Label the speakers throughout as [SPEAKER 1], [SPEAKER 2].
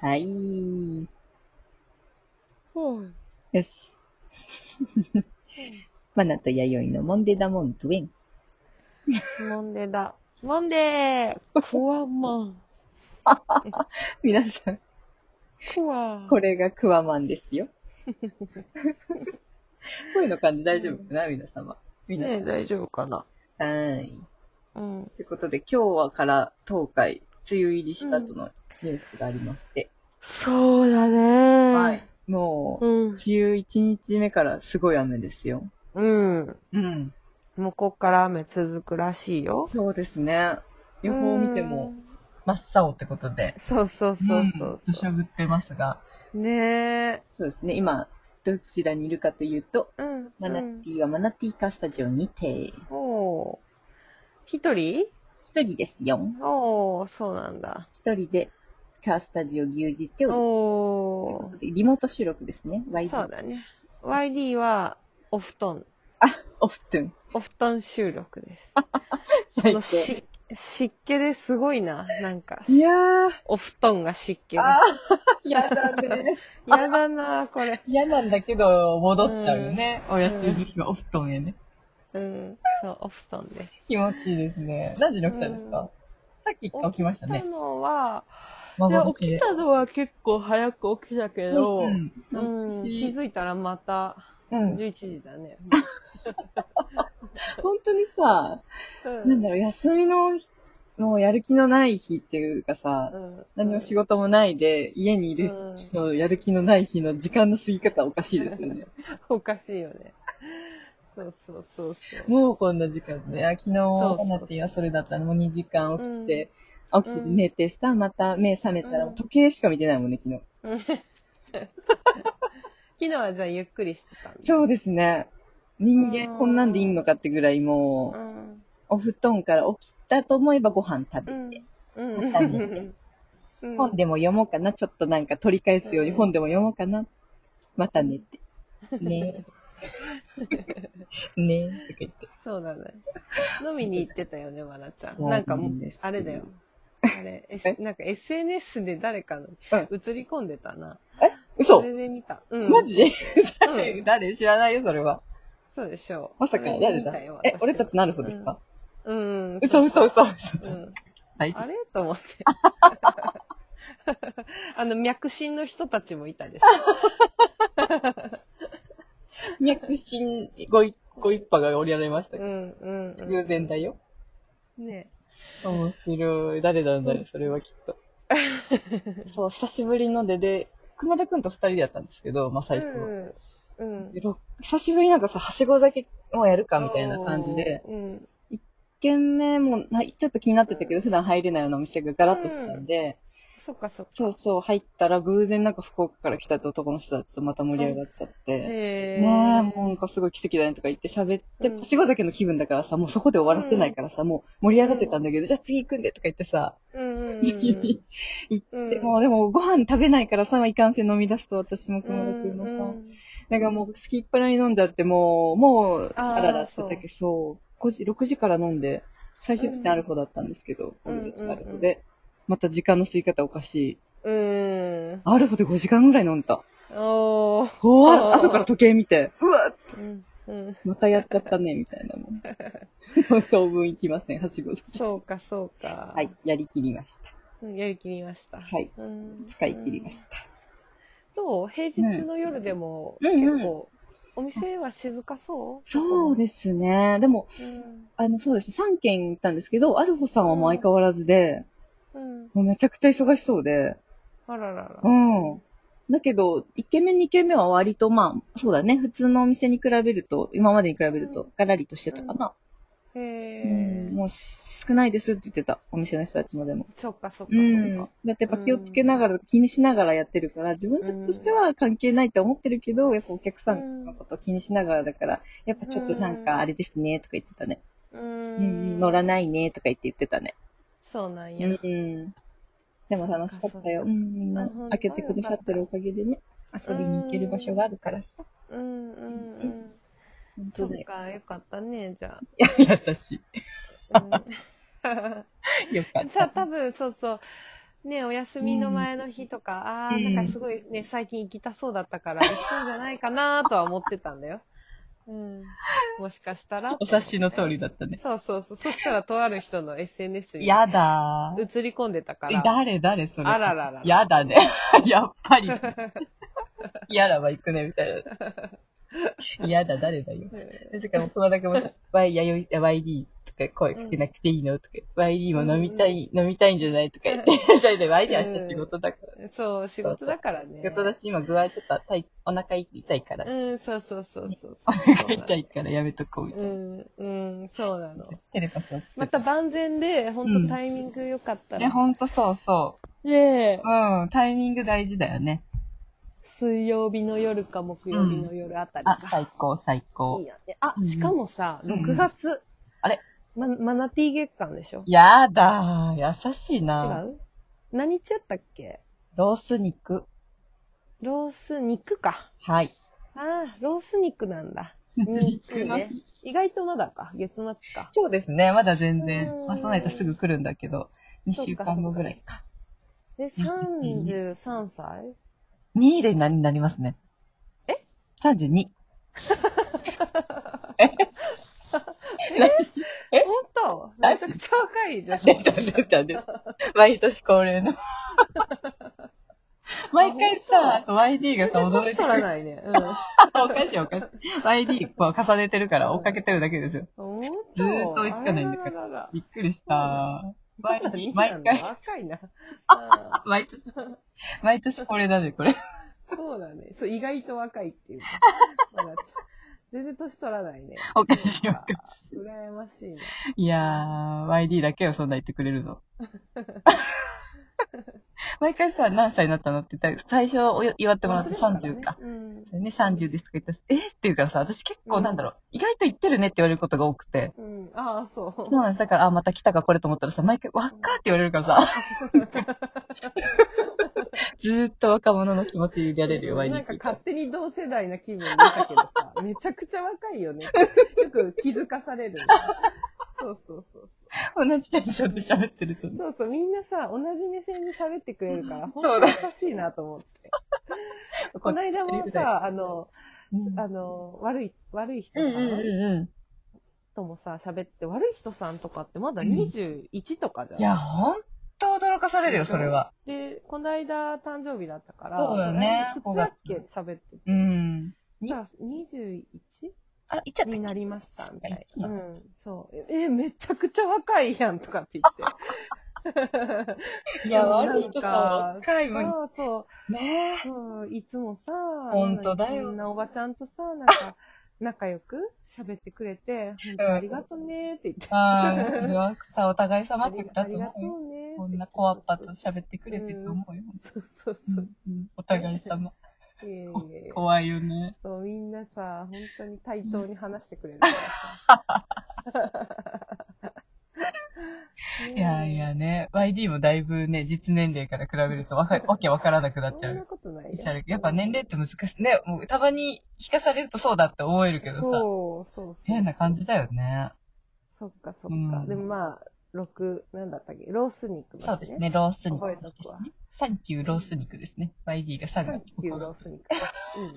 [SPEAKER 1] はい。
[SPEAKER 2] ほう。
[SPEAKER 1] よし。 マナと弥生のモンデダモンドゥエン。
[SPEAKER 2] モンデだ。モンデークワマン。
[SPEAKER 1] 皆さん、
[SPEAKER 2] クワ。
[SPEAKER 1] これがクワマンです よ。声の感じ大丈夫かな皆様。皆さ。
[SPEAKER 2] ね大丈夫かなん
[SPEAKER 1] はい。
[SPEAKER 2] うん。
[SPEAKER 1] ということで、今日はから東海、梅雨入りした後のニュースがありまして。
[SPEAKER 2] そうだね。
[SPEAKER 1] はい。。もう、
[SPEAKER 2] うん。
[SPEAKER 1] 梅雨1日目からすごい雨ですよ。
[SPEAKER 2] うん。
[SPEAKER 1] うん。
[SPEAKER 2] もうこっから雨続くらしいよ。
[SPEAKER 1] そうですね。予報を見ても
[SPEAKER 2] うん。
[SPEAKER 1] 真っ青ってことで。
[SPEAKER 2] そうそうそうそう。
[SPEAKER 1] 土砂降ってますが。
[SPEAKER 2] ねえ。
[SPEAKER 1] そうですね。今、どちらにいるかというと、
[SPEAKER 2] うん。
[SPEAKER 1] マナ
[SPEAKER 2] うん
[SPEAKER 1] ティはマナティカースタジオにて、
[SPEAKER 2] おー一人
[SPEAKER 1] 一人ですよ。
[SPEAKER 2] おーそうなんだ。
[SPEAKER 1] 一人でカースタジオ牛耳っておりますという
[SPEAKER 2] お
[SPEAKER 1] こ
[SPEAKER 2] ー
[SPEAKER 1] とでリモート収録ですね。ワイ
[SPEAKER 2] そうだね。YD は、お布団。
[SPEAKER 1] オフトゥン。
[SPEAKER 2] お布団収録です。
[SPEAKER 1] 最
[SPEAKER 2] こ
[SPEAKER 1] 高。
[SPEAKER 2] のし湿気ですごいな。なんか、
[SPEAKER 1] いやー、
[SPEAKER 2] お布団が湿気
[SPEAKER 1] あ
[SPEAKER 2] だ。
[SPEAKER 1] ー、やだね。
[SPEAKER 2] やだな、これ。
[SPEAKER 1] 嫌なんだけど、戻っちゃうよね。お休みの日はお布団へね。
[SPEAKER 2] うん。そう、お布団です。
[SPEAKER 1] 気持ちいいですね。何時に起きたんですか、
[SPEAKER 2] うん
[SPEAKER 1] さっき起きました
[SPEAKER 2] 起きた
[SPEAKER 1] ね。
[SPEAKER 2] のは、いや
[SPEAKER 1] 幻
[SPEAKER 2] 起
[SPEAKER 1] で
[SPEAKER 2] きたのは結構早く起きたけど、
[SPEAKER 1] うん
[SPEAKER 2] うん気づいたらまた
[SPEAKER 1] うん
[SPEAKER 2] 11時だね。
[SPEAKER 1] 本当にさ、
[SPEAKER 2] うん
[SPEAKER 1] なんだろう、休みの日、もうやる気のない日っていうかさ、
[SPEAKER 2] うん
[SPEAKER 1] 何も仕事もないで、家にいる日とやる気のない日の時間の過ぎ方おかしいですよ ね。
[SPEAKER 2] おかしいよね。そうそうそうそう。
[SPEAKER 1] もうこんな時間ね。あ昨日、
[SPEAKER 2] そう
[SPEAKER 1] 花ってはそれだったの。もう2時間起きて、起きてて
[SPEAKER 2] うん
[SPEAKER 1] 寝てさ、また目覚めたら、
[SPEAKER 2] うん
[SPEAKER 1] 時計しか見てないもんね、昨日。
[SPEAKER 2] うん昨日はじゃあゆっくりしてたんだ
[SPEAKER 1] そうですね。人間
[SPEAKER 2] うん
[SPEAKER 1] こんなんでいいのかってぐらいも
[SPEAKER 2] う
[SPEAKER 1] う、
[SPEAKER 2] ん。
[SPEAKER 1] お布団から起きたと思えばご飯食
[SPEAKER 2] う
[SPEAKER 1] べ
[SPEAKER 2] ん
[SPEAKER 1] て、。
[SPEAKER 2] うん
[SPEAKER 1] また寝て
[SPEAKER 2] うん
[SPEAKER 1] 本でも読もうかな、ちょっとなんか取り返すように
[SPEAKER 2] うん
[SPEAKER 1] 本でも読もうかな、また寝て。 ねえ。ねえ、とか言って。
[SPEAKER 2] そうだね。飲みに行ってたよね、まなちゃん。
[SPEAKER 1] そう
[SPEAKER 2] なんかもう
[SPEAKER 1] なんですよ
[SPEAKER 2] あれだよ。あれ、S、なんか SNS で誰かの映り込んでたな。そ
[SPEAKER 1] 嘘
[SPEAKER 2] れで見た。うん。
[SPEAKER 1] マジで誰
[SPEAKER 2] う ん
[SPEAKER 1] 誰知らないよ、それは。
[SPEAKER 2] そうでしょう。
[SPEAKER 1] まさか
[SPEAKER 2] それで
[SPEAKER 1] 誰
[SPEAKER 2] 見
[SPEAKER 1] だ
[SPEAKER 2] たよ
[SPEAKER 1] え
[SPEAKER 2] 私、
[SPEAKER 1] 俺たちなるほどですか
[SPEAKER 2] うん。
[SPEAKER 1] 嘘嘘嘘嘘。
[SPEAKER 2] うん。
[SPEAKER 1] 大丈
[SPEAKER 2] あ
[SPEAKER 1] 夫
[SPEAKER 2] れと思って。 あの、脈診の人たちもいたです。
[SPEAKER 1] 脈診ご一ご一派がおりられました
[SPEAKER 2] う
[SPEAKER 1] けど、
[SPEAKER 2] ん、うんうん。
[SPEAKER 1] 偶然だよ。
[SPEAKER 2] ね。
[SPEAKER 1] 面白い。誰なんだよ、それはきっ と。そう、久しぶりので、で、熊田くんと二人でやったんですけど、まあ
[SPEAKER 2] う
[SPEAKER 1] 最初は、
[SPEAKER 2] ん。うん。
[SPEAKER 1] ろ久しぶりなんかさ、はしご酒もやるかみたいな感じで、
[SPEAKER 2] うん。
[SPEAKER 1] 一軒目もない、ちょっと気になってたけど、普段入れないようなお店がガラッと来たんで、
[SPEAKER 2] そっかそっか。
[SPEAKER 1] そうそう、入ったら偶然なんか福岡から来たって男の人たちとまた盛り上がっちゃって、
[SPEAKER 2] へ
[SPEAKER 1] ねえ、もうなんかすごい奇跡だねとか言って喋って、
[SPEAKER 2] うん
[SPEAKER 1] はしご酒の気分だからさ、もうそこで終わらせてないからさ、もう盛り上がってたんだけど、じゃあ次行くんでとか言ってさ、
[SPEAKER 2] うんう んうん。
[SPEAKER 1] 先に行って、
[SPEAKER 2] うん
[SPEAKER 1] もうでもご飯食べないからさ、いかんせん飲み出すと私も熊田くんもさ、
[SPEAKER 2] うん
[SPEAKER 1] なんかもう好きっぱらに飲んじゃって、もう、もう、
[SPEAKER 2] あー
[SPEAKER 1] あらだってたけど、そう、5時、6時から飲んで、最終地点ある方だったんですけど、
[SPEAKER 2] うん
[SPEAKER 1] 俺たちがある
[SPEAKER 2] うん
[SPEAKER 1] 方
[SPEAKER 2] うんう
[SPEAKER 1] で、また時間の過ぎ方おかしい。
[SPEAKER 2] うん。うん
[SPEAKER 1] ある方で5時間ぐらい飲んだ。
[SPEAKER 2] おー。
[SPEAKER 1] 怖
[SPEAKER 2] あ
[SPEAKER 1] っ後から時計見て、うわっ
[SPEAKER 2] うん。うん。
[SPEAKER 1] またやっちゃったね、みたいなもん。もう当分行きません、はしご酒
[SPEAKER 2] そうか、そうか。
[SPEAKER 1] はい。、やりきりました。
[SPEAKER 2] うんやりきりました。
[SPEAKER 1] はい。
[SPEAKER 2] うん
[SPEAKER 1] 使い切りました。
[SPEAKER 2] どう平日の夜でも、
[SPEAKER 1] うん
[SPEAKER 2] 結
[SPEAKER 1] うん
[SPEAKER 2] 構、お店は静かそう
[SPEAKER 1] そうですね。でも、
[SPEAKER 2] す。うん。
[SPEAKER 1] あの、そうです。3軒行ったんですけど、アルフォさんはもう相変わらずで、
[SPEAKER 2] うん。
[SPEAKER 1] もうめちゃくちゃ忙しそうで、
[SPEAKER 2] あららら。
[SPEAKER 1] うん。だけど、1軒目、2軒目は割と、まあ、そうだね、普通のお店に比べると、今までに比べる
[SPEAKER 2] う
[SPEAKER 1] と、ガラリとしてたかな。
[SPEAKER 2] へ
[SPEAKER 1] うん、
[SPEAKER 2] え。
[SPEAKER 1] もう少ないですって言ってた、お店の人たちもでも。
[SPEAKER 2] そっか、そっか、そっ
[SPEAKER 1] うん。だ
[SPEAKER 2] か。
[SPEAKER 1] ってやっぱ気をつけながら、気にしながらやってるから、自分たちとしては関係ないって思ってるけど、やっぱお客さんのこと気にしながらだから、やっぱちょっとなんかあれですね、とか言ってたね。
[SPEAKER 2] う
[SPEAKER 1] うん、乗ら
[SPEAKER 2] い。
[SPEAKER 1] ないね、とか言って言ってたね。
[SPEAKER 2] そうなんや。
[SPEAKER 1] うん。でも楽しかったよ。
[SPEAKER 2] そっかそっか
[SPEAKER 1] うん、みんな
[SPEAKER 2] あほんと
[SPEAKER 1] 開けてくださってるおかげでね、遊びに行ける場所があるからさ。
[SPEAKER 2] うん、うん、うん。
[SPEAKER 1] 本
[SPEAKER 2] そ
[SPEAKER 1] 当
[SPEAKER 2] っ
[SPEAKER 1] だよ。
[SPEAKER 2] か、よかったね、じゃ
[SPEAKER 1] 優し
[SPEAKER 2] あ。うん
[SPEAKER 1] い。よかっ た。
[SPEAKER 2] さ、多分、そうそう。ね、お休みの前の日とか、ああ、なんかすごいね、最近行きたそうだったから、行くんじゃないかなとは思ってたんだよ。うん。もしかしたら。
[SPEAKER 1] お察しの通りだったね。
[SPEAKER 2] そうそうそう。そしたら、とある人の SNS に
[SPEAKER 1] やだー。
[SPEAKER 2] 映り込んでたか
[SPEAKER 1] え
[SPEAKER 2] ら。
[SPEAKER 1] 誰誰それ。
[SPEAKER 2] あらららら
[SPEAKER 1] やだね。 やっぱり。やらは行くね、みたいな。やだ、誰だ よ。
[SPEAKER 2] うん
[SPEAKER 1] だから、友達もさ、Y、やよい、YD とか声かけなくていいのとか、YD も飲みたい、飲みたいんじゃないとか言って、 それで YD 明日仕事だから。
[SPEAKER 2] そう、仕事だからね。
[SPEAKER 1] 仕事だし、今具合ちょっと痛い、お腹痛いから、
[SPEAKER 2] うん、そうそうそうそう。
[SPEAKER 1] お腹痛 いからやめとこう、みた
[SPEAKER 2] う
[SPEAKER 1] いな。
[SPEAKER 2] ん、うん、そうなの。
[SPEAKER 1] テレパスを作って
[SPEAKER 2] また万全で、ほんとタイミング良かった
[SPEAKER 1] ね、
[SPEAKER 2] ら。
[SPEAKER 1] ほんとそうそ
[SPEAKER 2] ねえ
[SPEAKER 1] う。うん、タイミング大事だよね。
[SPEAKER 2] 水曜日の夜か木曜日の夜あたり
[SPEAKER 1] あ、
[SPEAKER 2] か。
[SPEAKER 1] 最高、最
[SPEAKER 2] い
[SPEAKER 1] 高
[SPEAKER 2] い。よね。あ
[SPEAKER 1] う、ん
[SPEAKER 2] しかもさ、
[SPEAKER 1] うん
[SPEAKER 2] 6月。
[SPEAKER 1] あれ
[SPEAKER 2] ま、マナティー月間でしょ
[SPEAKER 1] やだー、優しい
[SPEAKER 2] 違
[SPEAKER 1] な。
[SPEAKER 2] う何日やったっけ
[SPEAKER 1] ロース肉。
[SPEAKER 2] ロース肉か。
[SPEAKER 1] はい。
[SPEAKER 2] ああ、ロース肉なんだ。
[SPEAKER 1] 肉の日
[SPEAKER 2] ね。意外とまだか。月末か。
[SPEAKER 1] そうですね、まだ全然
[SPEAKER 2] う。ん
[SPEAKER 1] まあ、そうないとすぐ来るんだけど、2週間後ぐらいか。
[SPEAKER 2] で、33歳
[SPEAKER 1] 2位でななりますね。
[SPEAKER 2] え
[SPEAKER 1] ?32。
[SPEAKER 2] 本当めちゃくちゃ若いじゃん。
[SPEAKER 1] 出た出た出た。毎年恒例の。 毎回さ、そう YD がさ、驚い
[SPEAKER 2] 全然年
[SPEAKER 1] て
[SPEAKER 2] 取
[SPEAKER 1] る。
[SPEAKER 2] らないね。うん。
[SPEAKER 1] おかしいおかしい。YD こう重ねてるから追っかけてるだけですよ。
[SPEAKER 2] 本
[SPEAKER 1] ず
[SPEAKER 2] 当
[SPEAKER 1] ーっと追いつかないんだから
[SPEAKER 2] あららら
[SPEAKER 1] びっくりした。毎
[SPEAKER 2] ら
[SPEAKER 1] 年、毎回、
[SPEAKER 2] 若いな。
[SPEAKER 1] 毎年、毎年恒例だね、これ。
[SPEAKER 2] うんそうだね。そう、意外と若いっていうか。まだちょ全然年取らないね。
[SPEAKER 1] おかしいおかし
[SPEAKER 2] うらやましい
[SPEAKER 1] い。
[SPEAKER 2] な。
[SPEAKER 1] いやー、YD だけはそんな言ってくれる の。毎回さ、何歳になったのって言ったら、最初お祝ってもらって30か。
[SPEAKER 2] うん。
[SPEAKER 1] ね、30ですとか言ったら、えーって言うからさ、私結構なんだろう、意外と言ってるねって言われることが多くて。
[SPEAKER 2] うん。ああ、そう。
[SPEAKER 1] そうなんです。だから、あ、また来たかこれと思ったらさ、毎回、若ーって言われるからさ。ずーっと若者の気持ちでやれるよ、毎
[SPEAKER 2] なんか
[SPEAKER 1] 日。
[SPEAKER 2] 勝手に同世代な気分だったけどさ、めちゃくちゃ若いよね。よく気づかされるの。そうそうそう
[SPEAKER 1] 同じテンションで喋ってると
[SPEAKER 2] そう。
[SPEAKER 1] ね。
[SPEAKER 2] そうそう、みんなさ、同じ目線で喋ってくれるから、本
[SPEAKER 1] そう
[SPEAKER 2] 当
[SPEAKER 1] だ
[SPEAKER 2] に優しいなと思って。この間もさ、あの、
[SPEAKER 1] うん、
[SPEAKER 2] あの、悪い、悪い人
[SPEAKER 1] う
[SPEAKER 2] さ
[SPEAKER 1] んうん
[SPEAKER 2] ん
[SPEAKER 1] う
[SPEAKER 2] ともさ、喋って、悪い人さんとかってまだ21とかじゃ
[SPEAKER 1] ん。
[SPEAKER 2] ん。
[SPEAKER 1] いや、ほんと驚かされるよ、それは。
[SPEAKER 2] で、この間誕生日だったから、
[SPEAKER 1] そうだね
[SPEAKER 2] いくつだっけ喋ってて。
[SPEAKER 1] うん。
[SPEAKER 2] じゃあ、21?
[SPEAKER 1] あら、いっちゃったっけ
[SPEAKER 2] になりました、みたい
[SPEAKER 1] あ
[SPEAKER 2] な。うん。そう。え、めちゃくちゃ若いやん、とかって言って。
[SPEAKER 1] いや、悪い人さ、若いのに。
[SPEAKER 2] ああ、そう。
[SPEAKER 1] ね
[SPEAKER 2] そう、いつもさ、
[SPEAKER 1] 本当だよ
[SPEAKER 2] みんなおばちゃんとさ、な んか、仲良く喋ってくれて、本当ありがとねって言って
[SPEAKER 1] え。。あー、それはさ、お互い様
[SPEAKER 2] あ
[SPEAKER 1] って
[SPEAKER 2] り
[SPEAKER 1] こ
[SPEAKER 2] あ
[SPEAKER 1] と
[SPEAKER 2] りがとう
[SPEAKER 1] 思うよ。
[SPEAKER 2] ね。
[SPEAKER 1] こんな小アッパと喋ってくれてると思うよ。
[SPEAKER 2] そうそうそう。
[SPEAKER 1] うんお互い様。
[SPEAKER 2] いえいえいえ
[SPEAKER 1] 怖いよね。
[SPEAKER 2] そう、みんなさ、本当に対等に話してくれるからさ。
[SPEAKER 1] いやいやね、YD もだいぶね、実年齢から比べるとわかわけわからなくなっ
[SPEAKER 2] ねえ、
[SPEAKER 1] ちゃ
[SPEAKER 2] そんな
[SPEAKER 1] う。
[SPEAKER 2] ことないよ
[SPEAKER 1] おっしゃるやっぱ年齢って難しいね。もうたまに聞かされるとそうだって思えるけどさ。
[SPEAKER 2] そう、そうそう。
[SPEAKER 1] 変な感じだよね。
[SPEAKER 2] そっかそっか。
[SPEAKER 1] うん
[SPEAKER 2] でもまあ、六なんだったっけロース肉、ね。
[SPEAKER 1] そうです。ね、ロース肉
[SPEAKER 2] 覚え
[SPEAKER 1] で
[SPEAKER 2] とくわ
[SPEAKER 1] すね。サンキューロース肉ですね。YD がサン
[SPEAKER 2] さっき
[SPEAKER 1] キ
[SPEAKER 2] 言
[SPEAKER 1] ュ
[SPEAKER 2] うロ
[SPEAKER 1] ー。
[SPEAKER 2] ース肉。い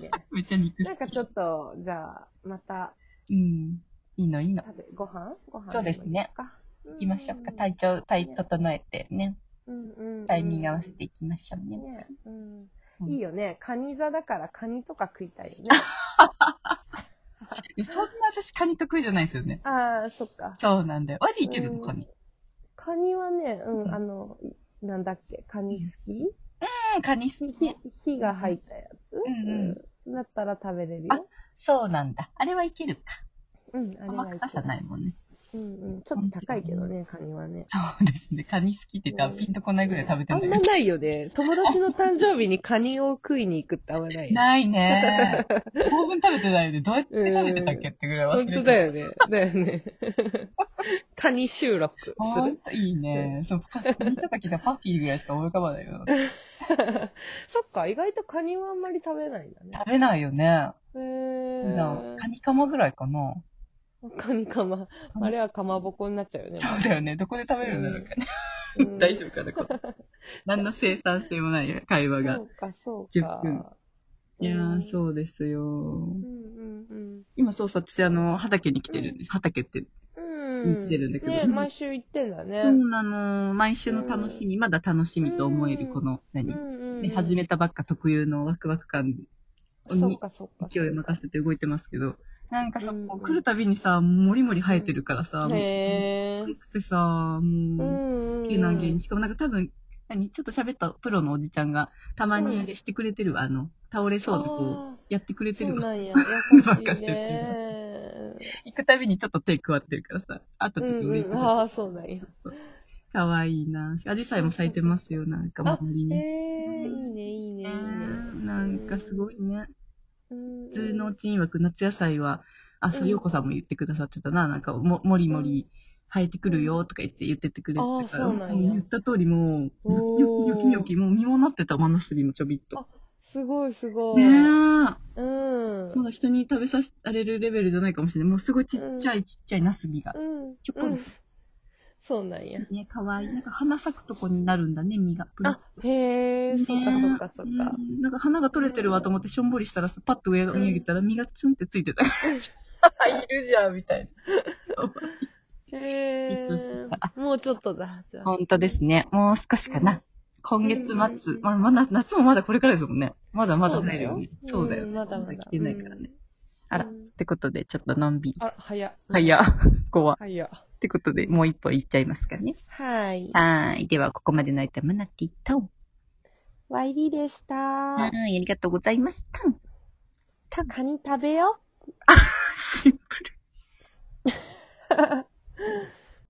[SPEAKER 2] いね。
[SPEAKER 1] めっちゃ肉。
[SPEAKER 2] なんかちょっと、じゃあ、また、
[SPEAKER 1] うん。いいのいいの。
[SPEAKER 2] 食べ、ご飯ご飯
[SPEAKER 1] そうですね。
[SPEAKER 2] 行
[SPEAKER 1] 行きましょうか。体調、体整えてね。
[SPEAKER 2] うんうんうん。
[SPEAKER 1] タイミング合わせていきましょうね。
[SPEAKER 2] ね。うん
[SPEAKER 1] うん
[SPEAKER 2] いいよね。カニ座だからカニとか食いたいよね。
[SPEAKER 1] いやそんな私カニ得意じゃないですよね。
[SPEAKER 2] ああ、そっか。
[SPEAKER 1] そうなんだよ。YD いけるの
[SPEAKER 2] うん
[SPEAKER 1] カニ。
[SPEAKER 2] カニはね、う
[SPEAKER 1] うん
[SPEAKER 2] ん、あの、なんだっけ、カニ好き
[SPEAKER 1] うん、カニ好き
[SPEAKER 2] 火。火が入ったやつ
[SPEAKER 1] うん
[SPEAKER 2] だったら食べれる
[SPEAKER 1] あ
[SPEAKER 2] よ。
[SPEAKER 1] そうなんだ。あれはいけるか。
[SPEAKER 2] うん、
[SPEAKER 1] あ
[SPEAKER 2] あれ
[SPEAKER 1] んま
[SPEAKER 2] はい
[SPEAKER 1] 高さないもんね。
[SPEAKER 2] うんうん。ちょっと高いけどね、カニはね。
[SPEAKER 1] そうですね。カニ好きって言ったらピンとこないぐらい食べて
[SPEAKER 2] あ
[SPEAKER 1] るん
[SPEAKER 2] ん
[SPEAKER 1] だ
[SPEAKER 2] ま
[SPEAKER 1] けど。
[SPEAKER 2] ないよね。友達の誕生日にカニを食いに行くってあんまないよね。
[SPEAKER 1] ない ね。当分食べてないよね。どうやって食べてたっけってぐらい忘れ
[SPEAKER 2] 本
[SPEAKER 1] て
[SPEAKER 2] 当だ
[SPEAKER 1] よ。
[SPEAKER 2] よね。だ よね。カニ収録す
[SPEAKER 1] ほん
[SPEAKER 2] る。
[SPEAKER 1] といいね。そう、カニとか来たらパピーぐらいしか思い浮かばないよ。
[SPEAKER 2] そっか、意外とカニはあんまり食べないんだね。
[SPEAKER 1] 食べないよね。
[SPEAKER 2] へ
[SPEAKER 1] 普段
[SPEAKER 2] ー。
[SPEAKER 1] カニカマぐらいかな。
[SPEAKER 2] カニカマ。あれはかまぼこになっちゃうよね。
[SPEAKER 1] そうだよね。どこで食べるんだろうかね。
[SPEAKER 2] うん
[SPEAKER 1] 大丈夫かな、これ。何の生産性もない会話が
[SPEAKER 2] そ。うか、そう
[SPEAKER 1] 10
[SPEAKER 2] か。
[SPEAKER 1] 分いやー、
[SPEAKER 2] う
[SPEAKER 1] そうですよ
[SPEAKER 2] ん。。うんうん
[SPEAKER 1] 今、そうさ、私、あの、畑に来てるんです。畑って。
[SPEAKER 2] うん。うん。
[SPEAKER 1] 見てるんだけど
[SPEAKER 2] ね、毎週行ってんだね。
[SPEAKER 1] そうなの。毎週の楽しみ、まだ楽しみと思える、この、
[SPEAKER 2] う
[SPEAKER 1] 何、
[SPEAKER 2] んうん。
[SPEAKER 1] ね、始めたばっか特有のワクワク感
[SPEAKER 2] そう
[SPEAKER 1] に
[SPEAKER 2] か、そうか。
[SPEAKER 1] 勢いを任せて動いてますけど、なんかさ、
[SPEAKER 2] うん
[SPEAKER 1] こう来るたびにさ、もりもり生えてるからさ、もう
[SPEAKER 2] へ
[SPEAKER 1] 可愛くてさ、もう、
[SPEAKER 2] ぇ
[SPEAKER 1] 急な芸に。しかもなんか多分、何ちょっと喋ったプロのおじちゃんが、たまにあれしてくれてるわ、あの、倒れそうでこう、
[SPEAKER 2] あ
[SPEAKER 1] やってくれ
[SPEAKER 2] ー
[SPEAKER 1] て
[SPEAKER 2] そう
[SPEAKER 1] る
[SPEAKER 2] な
[SPEAKER 1] わ。
[SPEAKER 2] んや。優
[SPEAKER 1] ばっ
[SPEAKER 2] し
[SPEAKER 1] か
[SPEAKER 2] い
[SPEAKER 1] してる
[SPEAKER 2] ね。
[SPEAKER 1] 行くたびにちょっと手加わってるからさ、会った
[SPEAKER 2] う
[SPEAKER 1] 時
[SPEAKER 2] ん
[SPEAKER 1] 俺行く
[SPEAKER 2] うん。
[SPEAKER 1] わ。
[SPEAKER 2] ああ、そうなんや。
[SPEAKER 1] かわいいな。アジサイも咲いてますよ、なんか周り
[SPEAKER 2] へ
[SPEAKER 1] に。
[SPEAKER 2] え、いいね、いいね、いいね。
[SPEAKER 1] なんかすごいね。
[SPEAKER 2] うんうん
[SPEAKER 1] 普通のうちに曰く夏野菜は、あ、そうう、
[SPEAKER 2] ん
[SPEAKER 1] ようこさんも言ってくださってたな、なんかも、もりもり生えてくるよとか言って言っててくれてたから、
[SPEAKER 2] あそうなんや
[SPEAKER 1] 言った通りもう、
[SPEAKER 2] おー
[SPEAKER 1] よきよきよき、もう実もなってた、真夏日もちょびっと。
[SPEAKER 2] すごい、すごい。
[SPEAKER 1] ねえ、ま
[SPEAKER 2] うん。
[SPEAKER 1] だ人に食べさせられるレベルじゃないかもしれない。もうすごいちっちゃいちっちゃいナスビが
[SPEAKER 2] う。ん。
[SPEAKER 1] ちょこり
[SPEAKER 2] うんそうなんや。
[SPEAKER 1] ね、かわいい。なんか花咲くとこになるんだね、実が。プルッ
[SPEAKER 2] あ、へえ、そっか、そっか、そっか
[SPEAKER 1] う。んなんか花が取れてるわと思ってしょんぼりしたらさ、パッと上を見上げたら実がチュンってついてた。 いるじゃん、みたいな。
[SPEAKER 2] へ
[SPEAKER 1] びっくりした
[SPEAKER 2] え。もうちょっとだ、じゃあ。
[SPEAKER 1] 本当ですね。もう少しかな。今月末。まあ、まだ、夏もまだこれからですもんね。まだまだ入るよね。そうだよ。
[SPEAKER 2] んまだまだ。
[SPEAKER 1] 来てないからね。
[SPEAKER 2] うん。
[SPEAKER 1] あら。ってことで、ちょっとのんびり。
[SPEAKER 2] あら、早っ。
[SPEAKER 1] はい、や、 こは。
[SPEAKER 2] 早っ。
[SPEAKER 1] ってことで、もう一歩いっちゃいますかね。
[SPEAKER 2] はい。
[SPEAKER 1] はーい。では、ここまでの間、マナティと。
[SPEAKER 2] ワイリでした。
[SPEAKER 1] はーい、ありがとうございました。
[SPEAKER 2] たカニ食べよ。
[SPEAKER 1] シンプル。